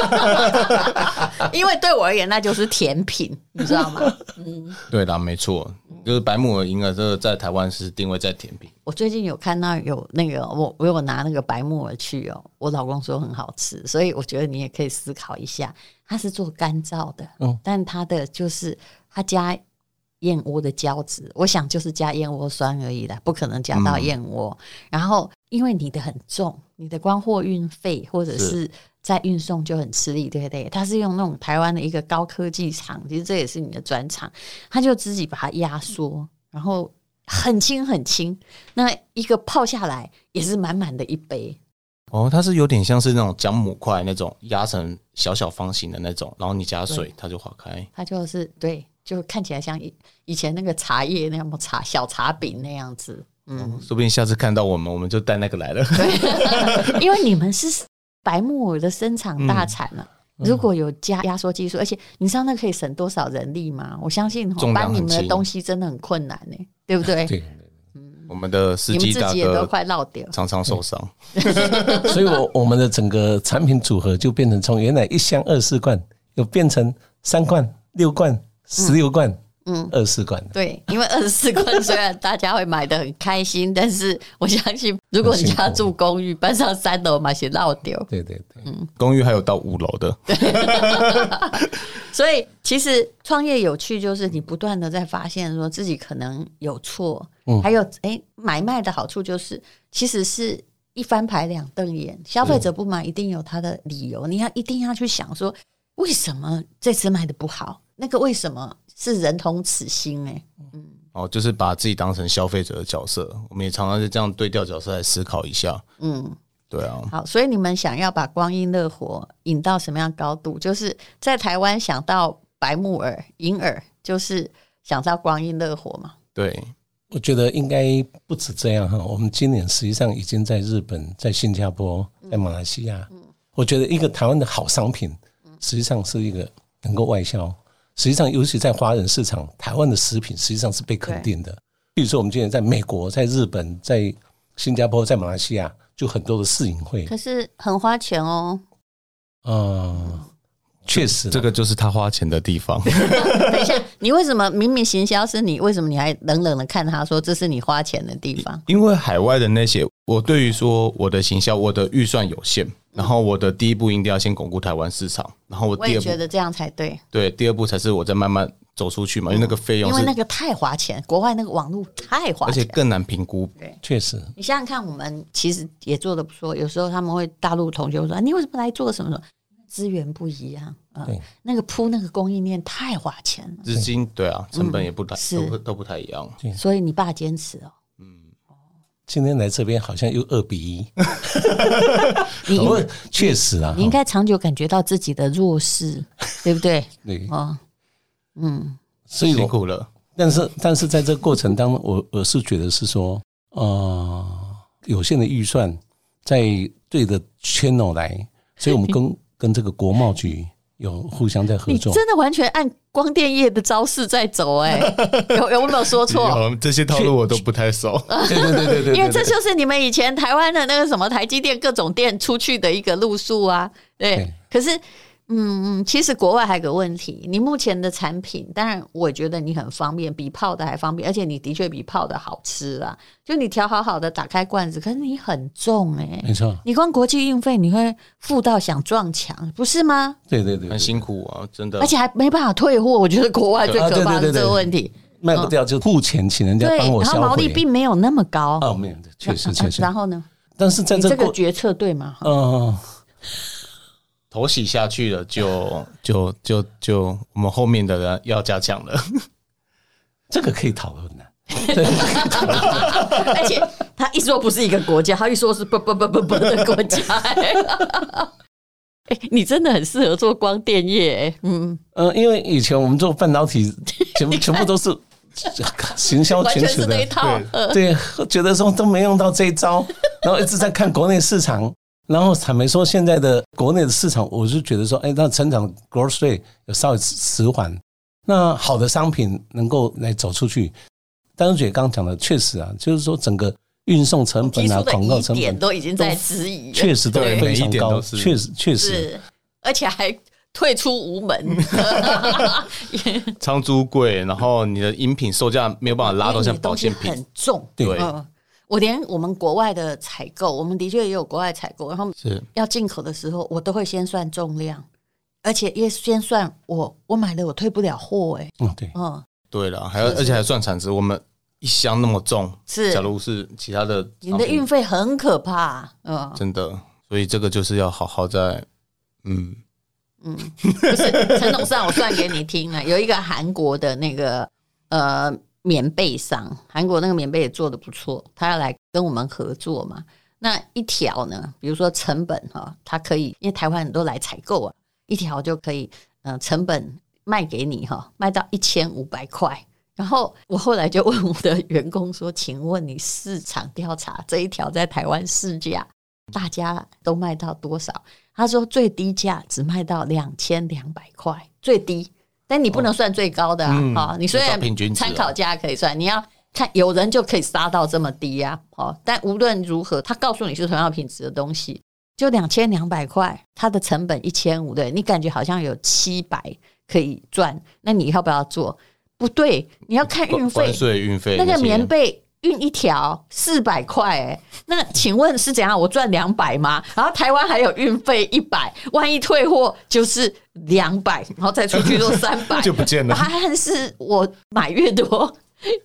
[SPEAKER 1] 因为对我而言那就是甜品，你知道吗？
[SPEAKER 4] 对啦，没错，就是白木耳银耳这个在台湾是定位在甜品，
[SPEAKER 1] 我最近有看到有那个我我有拿那个白木耳去哦，我老公说很好吃，所以我觉得你也可以思考一下，它是做干燥的，
[SPEAKER 3] 嗯
[SPEAKER 1] 但它的就是它加燕窝的胶质，我想就是加燕窝酸而已啦，不可能加到燕窝。然后因为你的很重，你的光货运费或者是在运送就很吃力，对不对？它是用那种台湾的一个高科技厂，其实这也是你的专长，他就自己把它压缩，然后很轻很轻，那一个泡下来也是满满的一杯。
[SPEAKER 4] 哦，它是有点像是那种姜母块那种压成小小方形的那种，然后你加水，它就化开。
[SPEAKER 1] 它就是对，就看起来像以以前那个茶叶那么茶小茶饼那样子。嗯，
[SPEAKER 4] 说不定下次看到我们，我们就带那个 来了。
[SPEAKER 1] 因为你们是白木耳的生产大产了、如果有加压缩技术，而且你知道那可以省多少人力吗？我相信
[SPEAKER 4] 重
[SPEAKER 1] 哦
[SPEAKER 4] 量
[SPEAKER 1] 搬
[SPEAKER 4] 很
[SPEAKER 1] 你们的
[SPEAKER 4] 轻
[SPEAKER 1] 东西真的很困难呢、对不对？
[SPEAKER 3] 对。
[SPEAKER 4] 我们的司
[SPEAKER 1] 你们
[SPEAKER 4] 机
[SPEAKER 1] 自
[SPEAKER 4] 大
[SPEAKER 1] 己也都
[SPEAKER 4] 哥
[SPEAKER 1] 快落掉。
[SPEAKER 4] 常常受伤，
[SPEAKER 3] 所以我我们的整个产品组合就变成从原来一箱二十四罐，有变成三罐、六罐、十六罐、嗯，二十四罐。
[SPEAKER 1] 对，因为二十四罐虽然大家会买的很开心，但是我相信，如果你家住公寓，搬上三楼嘛，先落丢。
[SPEAKER 3] 对对对，
[SPEAKER 4] 公寓还有到五楼的。
[SPEAKER 1] 所以其实创业有趣，就是你不断的在发现说自己可能有错，还有诶买卖的好处就是其实是。一翻牌两瞪眼，消费者不买一定有他的理由，你要一定要去想说，为什么这次卖的不好？那个为什么是人同此心、欸？
[SPEAKER 4] 哦，就是把自己当成消费者的角色，我们也常常是这样对调角色来思考一下。
[SPEAKER 1] 嗯，
[SPEAKER 4] 对啊，
[SPEAKER 1] 好，所以你们想要把光阴热火引到什么样高度？就是在台湾想到白木耳、银耳，就是想到光阴热火嘛。
[SPEAKER 4] 对，
[SPEAKER 3] 我觉得应该不止这样哈。我们今年实际上已经在日本、在新加坡、在马来西亚，我觉得一个台湾的好商品，实际上是一个能够外销。实际上，尤其在华人市场，台湾的食品实际上是被肯定的。比如说，我们今年在美国、在日本、在新加坡、在马来西亚，就很多的试饮会，
[SPEAKER 1] 可是很花钱哦，
[SPEAKER 3] 嗯，确实
[SPEAKER 4] 这个就是他花钱的地方。
[SPEAKER 1] 等一下，你为什么明明行销是你，为什么你还冷冷的看他说这是你花钱的地方？
[SPEAKER 4] 因为海外的那些，我对于说我的行销，我的预算有限，
[SPEAKER 1] 嗯
[SPEAKER 4] 然后我的第一步一定要先巩固台湾市场，然后我
[SPEAKER 1] 我
[SPEAKER 4] 第
[SPEAKER 1] 也
[SPEAKER 4] 二步
[SPEAKER 1] 觉得这样才对，
[SPEAKER 4] 对第二步才是我再慢慢走出去嘛，因为那个费
[SPEAKER 1] 嗯因
[SPEAKER 4] 用
[SPEAKER 1] 为
[SPEAKER 4] 是
[SPEAKER 1] 那个太花钱，国外那个网络太花
[SPEAKER 4] 而且
[SPEAKER 1] 钱。
[SPEAKER 4] 更难评估。
[SPEAKER 3] 确实
[SPEAKER 1] 你想想看，我们其实也做的不错，有时候他们会大陆同学会说、啊你为什么来做什么什么？资源不一样啊、呃
[SPEAKER 3] 对
[SPEAKER 1] 那个铺那个供应链太花钱了，
[SPEAKER 4] 资金对啊，成本也不
[SPEAKER 1] 嗯
[SPEAKER 4] 太、
[SPEAKER 1] 是
[SPEAKER 4] 都不都不太一样。
[SPEAKER 1] 所以你爸坚持哦，
[SPEAKER 3] 今天来这边好像又二 比一，
[SPEAKER 1] 你
[SPEAKER 3] 不过确实啊
[SPEAKER 1] 你，应该长久感觉到自己的弱势， 对不对？
[SPEAKER 3] 对，
[SPEAKER 1] 哦，
[SPEAKER 3] 所以
[SPEAKER 4] 辛
[SPEAKER 3] 我
[SPEAKER 4] 苦了，
[SPEAKER 3] 但是，但是在这个过程当中，我我是觉得是说，呃，有限的预算在对的 channel 来，所以我们跟跟这个国贸局有互相在合
[SPEAKER 1] 你
[SPEAKER 3] 作。
[SPEAKER 1] 真的完全按光电业的招式在走、 哎，有有没有说错？
[SPEAKER 4] 有这些套路我都不太熟。
[SPEAKER 3] 对对对对 对
[SPEAKER 1] 因为这就是你们以前台湾的那个什么台积电各种店出去的一个路数啊，对。
[SPEAKER 3] 对
[SPEAKER 1] 可是，嗯，嗯，其实国外还有个问题，你目前的产品，当然我觉得你很方便，比泡的还方便，而且你的确比泡的好吃啦。就你调好好的打开罐子，可是你很重哎、
[SPEAKER 3] 没错，
[SPEAKER 1] 你光国际运费你会付到想撞墙，不是吗？
[SPEAKER 3] 对对对，
[SPEAKER 4] 很
[SPEAKER 3] 对
[SPEAKER 4] 辛苦啊，真
[SPEAKER 3] 嗯
[SPEAKER 4] 的。
[SPEAKER 1] 而且还没办法退货，我觉得国外最
[SPEAKER 3] 啊
[SPEAKER 1] 可怕的是这个问题。
[SPEAKER 3] 卖不掉就付钱请人家
[SPEAKER 1] 对，
[SPEAKER 3] 帮我
[SPEAKER 1] 然后
[SPEAKER 3] 销
[SPEAKER 1] 毛利
[SPEAKER 3] 毁。
[SPEAKER 1] 并没有那么高。
[SPEAKER 3] 哦，没有，对确 实
[SPEAKER 1] 啊
[SPEAKER 3] 确实。
[SPEAKER 1] 然后呢？
[SPEAKER 3] 但是在
[SPEAKER 1] 你
[SPEAKER 3] 这
[SPEAKER 1] 这
[SPEAKER 3] 个
[SPEAKER 1] 个
[SPEAKER 3] 过，
[SPEAKER 1] 决策对吗？
[SPEAKER 3] 嗯，
[SPEAKER 4] 头洗下去了，就 就就就我们后面的人要加强了。
[SPEAKER 3] 这个可以讨论的。
[SPEAKER 1] 而且他一说不是一个国家，他一说是不不不不不的国家、哎 哎你真的很适合做光电业、哎嗯，
[SPEAKER 3] 嗯，因为以前我们做半导体，全 部全部都是行销
[SPEAKER 1] 完
[SPEAKER 3] 全
[SPEAKER 1] 全是
[SPEAKER 3] 球哦的
[SPEAKER 1] 那一套。呃
[SPEAKER 3] 对，觉得说都没用到这一招， 然后一直在看国内市场。然后坦白说，现在的国内的市场，我是觉得说，哎，那成长 growth rate 有稍微迟缓。那好的商品能够来走出去，但是姐刚刚讲的确实啊，就是说整个运送成
[SPEAKER 1] 提
[SPEAKER 3] 本啊
[SPEAKER 1] 出、的
[SPEAKER 3] 广告
[SPEAKER 1] 疑
[SPEAKER 3] 成
[SPEAKER 1] 点
[SPEAKER 3] 本，
[SPEAKER 1] 都已经在质疑了，
[SPEAKER 3] 确实都非
[SPEAKER 4] 对
[SPEAKER 3] 常
[SPEAKER 4] 每一点
[SPEAKER 3] 高，
[SPEAKER 4] 都是
[SPEAKER 3] 确实确实
[SPEAKER 1] 是，而且还退出无 门。
[SPEAKER 4] 仓租贵，然后你的饮品售价没有办法拉到像保健
[SPEAKER 1] 因为你的东西
[SPEAKER 4] 品，
[SPEAKER 1] 很重。
[SPEAKER 3] 对
[SPEAKER 1] 嗯，我连我们国外的采购，我们的确也有国外采购，然后
[SPEAKER 4] 是
[SPEAKER 1] 要进口的时候，我都会先算重量，而且也先算我我买了我退不了货、哎，
[SPEAKER 3] 嗯，对，
[SPEAKER 1] 嗯，
[SPEAKER 4] 对了，还要而且还算产值，我们一箱那么重，
[SPEAKER 1] 是
[SPEAKER 4] 假如是其他的
[SPEAKER 1] 你
[SPEAKER 4] 商
[SPEAKER 1] 的
[SPEAKER 4] 品
[SPEAKER 1] 运费很可怕，嗯，
[SPEAKER 4] 真的，所以这个就是要好好在，嗯，
[SPEAKER 1] 不是陈董事长，我算给你听 了，有一个韩国的那个呃棉被商，韩国那个棉被也做的不错，他要来跟我们合作嘛。那一条呢，比如说成本哈、它可以因为台湾很多来采购啊，一条就可以呃成本卖给你哈、卖到一千五百块。然后我后来就问我的员工说：“请问你市场调查这一条在台湾市价，大家都卖到多少？”他说最低价只卖到两千两百块，最低，但你不能算最高的啊！
[SPEAKER 4] 哦嗯
[SPEAKER 1] 哦你虽
[SPEAKER 4] 要
[SPEAKER 1] 然
[SPEAKER 4] 照平均值啊
[SPEAKER 1] 参考价可以算，你要看有人就可以杀到这么低啊！哦，但无论如何，他告诉你是同样品质的东西，就两千两百块，它的成本一千五，对你感觉好像有七百可以赚，那你要不要做？不对，你要看运
[SPEAKER 4] 关
[SPEAKER 1] 费
[SPEAKER 4] 关，税运费
[SPEAKER 1] 那个
[SPEAKER 4] 些，
[SPEAKER 1] 棉被运一条四百块，哎，那请问是怎样？我赚两百吗？然后台湾还有运费一百，万一退货就是两百，然后再出去就三百
[SPEAKER 4] 就不见了
[SPEAKER 1] 答案是我买越多，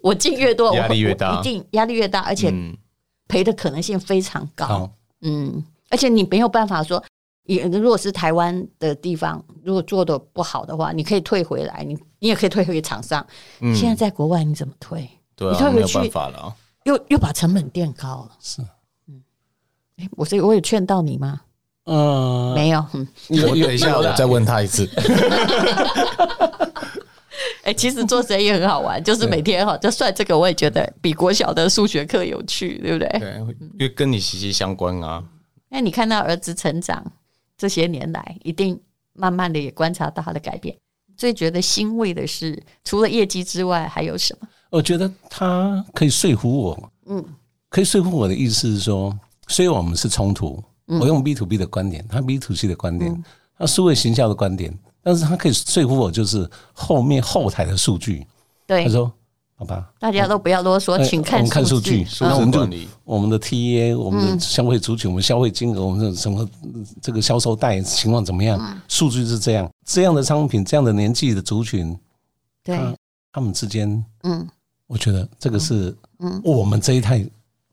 [SPEAKER 1] 我进越多，我
[SPEAKER 4] 压力越大
[SPEAKER 1] 我一定压力越大，而且
[SPEAKER 4] 嗯，
[SPEAKER 1] 赔的可能性非常高。
[SPEAKER 3] 好，
[SPEAKER 1] 嗯，而且你没有办法说，也如果是台湾的地方，如果做的不好的话，你可以退回来，你你也可以退回厂商。
[SPEAKER 4] 嗯
[SPEAKER 1] 现在在国外你怎么退？
[SPEAKER 4] 对
[SPEAKER 1] 你退
[SPEAKER 4] 啊，
[SPEAKER 1] 回
[SPEAKER 4] 没有
[SPEAKER 1] 去
[SPEAKER 4] 办法了啊，
[SPEAKER 1] 又又把成本垫高了。嗯
[SPEAKER 3] 是，
[SPEAKER 1] 诶我所以我有劝到你吗？
[SPEAKER 3] 嗯，
[SPEAKER 1] 没有。嗯，
[SPEAKER 4] 我等一下我再问他一次，
[SPEAKER 1] 哎、其实做生意很好玩，就是每天哈，就算这个我也觉得比国小的数学课有趣，对不对？
[SPEAKER 4] 对，因为跟你息息相关啊，
[SPEAKER 1] 那你看到儿子成长这些年来，一定慢慢的也观察到他的改变。最觉得欣慰的是，除了业绩之外，还有什么？
[SPEAKER 3] 我觉得他可以说服我，
[SPEAKER 1] 嗯
[SPEAKER 3] 嗯，可以说服我的意思是说，虽然我
[SPEAKER 1] 嗯
[SPEAKER 3] 们是冲突，我用 B to B 的观点，他 B to C 的观点，他数位行销的观点，但是他可以说服我，就是后面后台的数据。
[SPEAKER 1] 对
[SPEAKER 3] 他，说：“爸爸，
[SPEAKER 1] 大家都不要啰嗦，
[SPEAKER 3] 哎
[SPEAKER 1] 请
[SPEAKER 3] 我
[SPEAKER 1] 看
[SPEAKER 3] 们看
[SPEAKER 1] 数
[SPEAKER 3] 数据，
[SPEAKER 4] 字
[SPEAKER 3] 那我们就
[SPEAKER 4] 管理
[SPEAKER 3] 我们的 TA，我们的
[SPEAKER 1] 嗯
[SPEAKER 3] 消费族群，我们消费金额，我们的什么这个销售贷情况怎么样？
[SPEAKER 1] 嗯
[SPEAKER 3] 数据是这样，这样的商品，这样的年纪的族群，
[SPEAKER 1] 对，
[SPEAKER 3] 他他们之间，
[SPEAKER 1] 嗯
[SPEAKER 3] 我觉得这个是
[SPEAKER 1] 嗯，
[SPEAKER 3] 我们这一代比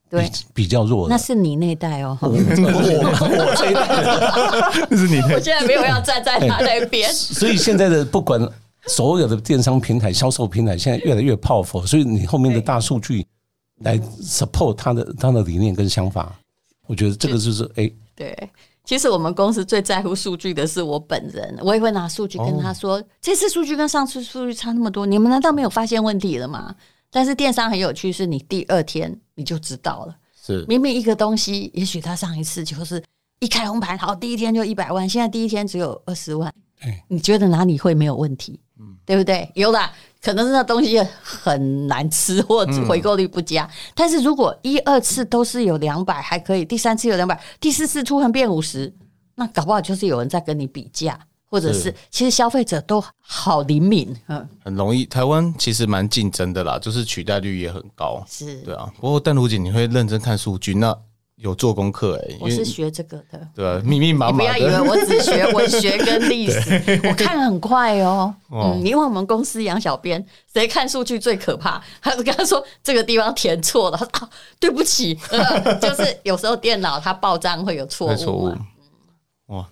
[SPEAKER 1] 对，
[SPEAKER 3] 比较弱
[SPEAKER 1] 那
[SPEAKER 3] 的。
[SPEAKER 1] 是你那代哦。
[SPEAKER 3] 我我我这一代的，
[SPEAKER 4] 那是你
[SPEAKER 1] 我
[SPEAKER 4] 的。
[SPEAKER 1] 现在没有要站在他那边，
[SPEAKER 3] 所以现在的不管所有的电商平台、销售平台，现在越来越泡芙，所以你后面的大数据来 support 他的他的理念跟想法，我觉得这个就是哎、
[SPEAKER 1] 对。其实我们公司最在乎数据的是我本人，我也会拿数据跟他说，
[SPEAKER 3] 哦
[SPEAKER 1] 这次数据跟上次数据差那么多，你们难道没有发现问题了吗？但是电商很有趣，是你第二天你就知道了。
[SPEAKER 4] 是
[SPEAKER 1] 明明一个东西，也许它上一次就是一开红盘，好，第一天就一百万，现在第一天只有二十万
[SPEAKER 4] 哎
[SPEAKER 3] 对，
[SPEAKER 1] 你觉得哪里会没有问题？
[SPEAKER 4] 嗯
[SPEAKER 1] 对不对？有啦，可能是那东西很难吃，或者回购率不佳。
[SPEAKER 4] 嗯
[SPEAKER 1] 但是如果一二次都是有两百，还可以；第三次有两百，第四次突然变五十，那搞不好就是有人在跟你比价，或者是
[SPEAKER 4] 是
[SPEAKER 1] 其实消费者都好灵敏，嗯，
[SPEAKER 4] 很容易。台湾其实蛮竞争的啦，就是取代率也很高。
[SPEAKER 1] 是，
[SPEAKER 4] 对啊，不过但如姐你会认真看数据，那有做功课哎、
[SPEAKER 1] 我
[SPEAKER 4] 因
[SPEAKER 1] 是
[SPEAKER 4] 为
[SPEAKER 1] 学这个的。
[SPEAKER 4] 对啊，密密麻
[SPEAKER 1] 你不
[SPEAKER 4] 麻
[SPEAKER 1] 要以为
[SPEAKER 4] 的。
[SPEAKER 1] 我只学文学跟历史，我看很快哦。
[SPEAKER 4] 哦
[SPEAKER 1] 嗯，因为我们公司养小编，谁看数据最可怕？他就跟他说这个地方填错了，他说啊，对不起，呃 就是有时候电脑它报账会有错
[SPEAKER 4] 会错
[SPEAKER 1] 误
[SPEAKER 4] 误
[SPEAKER 1] 嘛。，
[SPEAKER 4] 哇，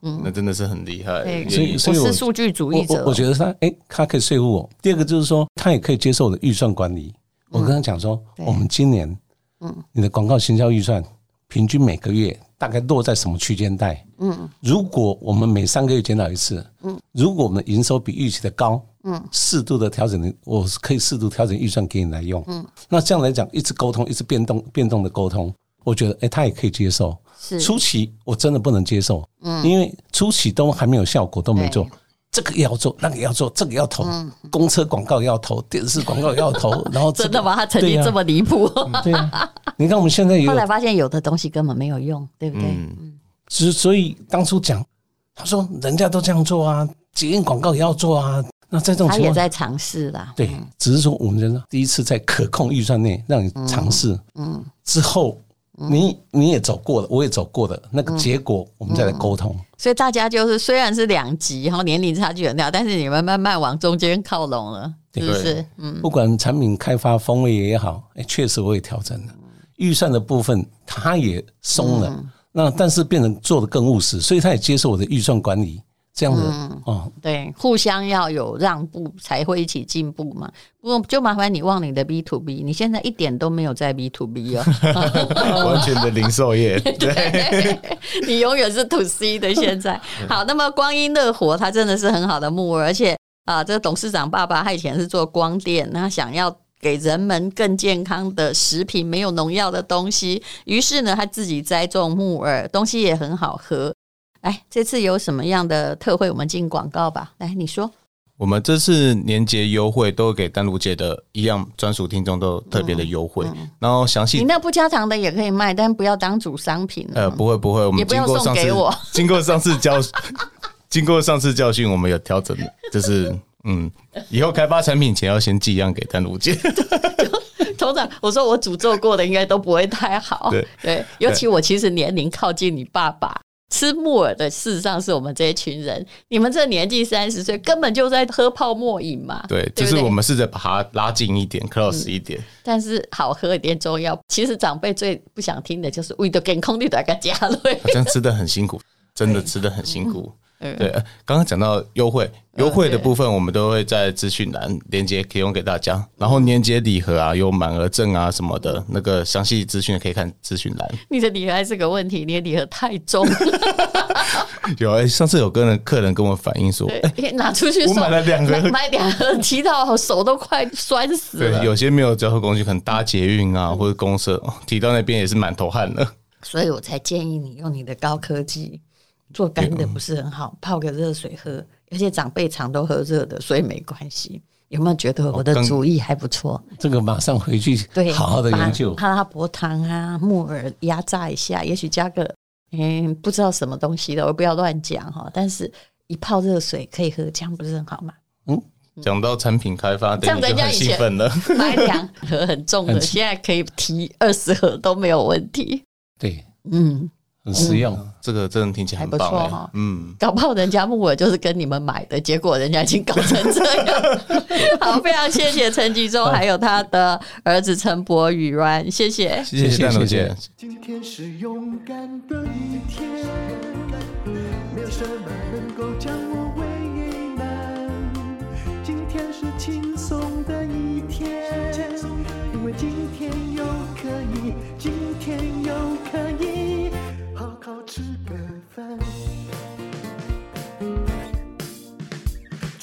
[SPEAKER 4] 那真的是很厉害。
[SPEAKER 1] 嗯对，
[SPEAKER 4] 所以
[SPEAKER 1] 我
[SPEAKER 3] 所以我
[SPEAKER 1] 是数据主义
[SPEAKER 3] 我
[SPEAKER 1] 者
[SPEAKER 3] 我，我觉得他哎、他可以说服我。第二个就是说，他也可以接受我的预算管理。我跟他讲说，
[SPEAKER 1] 对
[SPEAKER 3] 我们今年，嗯，你的广告行销预算平均每个月大概落在什么区间带？嗯，如果我们每三个月检讨一次，嗯，如果我们的营收比预期的高，嗯，适度的调整你，我是可以适度调整预算给你来用。嗯，那这样来讲，一直沟通，一直变动，变动的沟通，我觉得哎、他也可以接受。
[SPEAKER 1] 是
[SPEAKER 3] 初期我真的不能接受，嗯，因为初期都还没有效果，都没做
[SPEAKER 1] 对，嗯
[SPEAKER 3] 这个要做，那个要做，这个要投，公车广告要投，电视广告要投， 然后这
[SPEAKER 1] 真
[SPEAKER 3] 个
[SPEAKER 1] 的吗？他曾经这么离谱，后
[SPEAKER 3] 对 啊对啊你啊看我们现在也有
[SPEAKER 1] 来发现有的东西根本没有用，对不对？
[SPEAKER 4] 嗯，
[SPEAKER 3] 所所以当初讲，他说人家都这样做啊，捷运广告也要做啊，那在这种
[SPEAKER 1] 他
[SPEAKER 3] 情
[SPEAKER 1] 也
[SPEAKER 3] 况下，
[SPEAKER 1] 在嗯尝试啦。
[SPEAKER 3] 对，只是说我们人第一次在可控预算内让你尝试，嗯，之后
[SPEAKER 1] 嗯
[SPEAKER 3] 你你也走过了，我也走过了，那个结果我们再来沟通。
[SPEAKER 1] 所以大家就是虽然是两级，然后年龄差距很大，但是你们慢慢往中间靠拢了，是不是
[SPEAKER 4] 对？
[SPEAKER 1] 嗯，
[SPEAKER 3] 不管产品开发风味也好，哎、确实我也调整了预算的部分，他也松了。
[SPEAKER 1] 嗯
[SPEAKER 3] 那但是变成做的更务实，所以他也接受我的预算管理这样的、
[SPEAKER 1] 嗯
[SPEAKER 3] 哦。
[SPEAKER 1] 对，互相要有让步，才会一起进步嘛。不过就麻烦你忘了你的 B to B，你现在一点都没有在 B to B 哦，嗯
[SPEAKER 4] 完全的零 售业，对，
[SPEAKER 1] 你永远是 to C 的。现在好，那么光阴乐活，他真的是很好的木偶，而且啊，这个董事长爸爸他以前是做光电，那他想要。给人们更健康的食品，没有农药的东西。于是呢，他自己栽种木耳，东西也很好喝。哎，这次有什么样的特惠？我们进广告吧。来，你说。
[SPEAKER 4] 我们这次年节优惠都给丹如姐的一样专属听众都有特别的优惠，
[SPEAKER 1] 嗯
[SPEAKER 4] 然后详
[SPEAKER 1] 你
[SPEAKER 4] 细
[SPEAKER 1] 那不加糖的也可以卖，但不要当主商品啊了。
[SPEAKER 4] 呃不会不会，我
[SPEAKER 1] 也
[SPEAKER 4] 们
[SPEAKER 1] 不
[SPEAKER 4] 经
[SPEAKER 1] 要
[SPEAKER 4] 过
[SPEAKER 1] 送
[SPEAKER 4] 上次
[SPEAKER 1] 给我
[SPEAKER 4] 经过上次教经过上次教训，我们有调整的，就是嗯，以后开发产品前要先寄样给丹 如姐，
[SPEAKER 1] 通常我说我诅咒过的应该都不会太好。
[SPEAKER 4] 对
[SPEAKER 1] 尤其我其实年龄靠近你爸爸。吃木耳的，事实上是我们这一群人。你们这年纪三十岁，根本就在喝泡沫饮嘛。
[SPEAKER 4] 对，
[SPEAKER 1] 对
[SPEAKER 4] 就
[SPEAKER 1] 不
[SPEAKER 4] 是
[SPEAKER 1] 对嗯
[SPEAKER 4] 我们试着把它拉近一点，close 一点，
[SPEAKER 1] 但是好喝一点重要。其实长辈最不想听的就是为了健康你都要给加了。
[SPEAKER 4] 好像吃的很辛苦，真的吃的很辛苦。
[SPEAKER 1] 嗯
[SPEAKER 4] 对，呃刚刚讲到优惠，优惠的部分我们都会在资讯栏连接提供给大家。然后年节礼盒啊，有满额赠啊什么的，那个详细资讯可以看资讯 栏。
[SPEAKER 1] 你的礼盒还是个问题，你的礼盒太重，
[SPEAKER 4] 有、欸，上次有跟人客人跟我反映说，
[SPEAKER 1] 对
[SPEAKER 4] 欸
[SPEAKER 1] 因为 拿出去
[SPEAKER 4] 我
[SPEAKER 1] 送
[SPEAKER 4] 买了两盒
[SPEAKER 1] 买买两盒， 提到手都快酸死了嗯
[SPEAKER 4] 对，。有些没有交通工具，可能搭捷运啊或者公车，哦提到那边也是满头汗了。
[SPEAKER 1] 所以我才建议你用你的高科
[SPEAKER 3] 嗯
[SPEAKER 1] 技做干的，不是很好，泡个热水喝。而且长辈常都喝热的，所以没关系。有没有觉得我的
[SPEAKER 4] 哦更
[SPEAKER 1] 主意还不错？
[SPEAKER 3] 这个马上回去
[SPEAKER 1] 对，
[SPEAKER 3] 好好的研究
[SPEAKER 1] 把。哈拉伯糖啊、木耳压榨一下，也许加个嗯，不知道什么东西的，我不要乱讲哈。但是一泡热水可以喝，这样不是很好 吗？
[SPEAKER 4] 讲到产品开发，
[SPEAKER 1] 嗯这样
[SPEAKER 4] Danny 就
[SPEAKER 1] 人家
[SPEAKER 4] 很
[SPEAKER 1] 以
[SPEAKER 4] 兴
[SPEAKER 1] 前
[SPEAKER 4] 奋了。
[SPEAKER 1] 买两盒很重的，
[SPEAKER 3] 很轻
[SPEAKER 1] 现在可以提二十盒都没有问题。
[SPEAKER 3] 对，
[SPEAKER 1] 嗯，
[SPEAKER 3] 很实用。
[SPEAKER 4] 这个真的听起来很棒、
[SPEAKER 1] 还不
[SPEAKER 4] 欸，
[SPEAKER 1] 错哈
[SPEAKER 4] 嗯，
[SPEAKER 1] 搞不好人家木耳就是跟你们买的，结果人家已经搞成这样。 好，非常谢谢陈吉忠，还有他的儿子陈柏宇软，谢谢。
[SPEAKER 4] 谢
[SPEAKER 3] 谢
[SPEAKER 4] 谢
[SPEAKER 3] 谢
[SPEAKER 4] 蛋头
[SPEAKER 3] 谢谢
[SPEAKER 4] 姐，
[SPEAKER 2] 今天是勇敢的一天，没有什么能够将我为难。今天是轻松的一天，因为今天又可以，今天又可以好好吃个饭，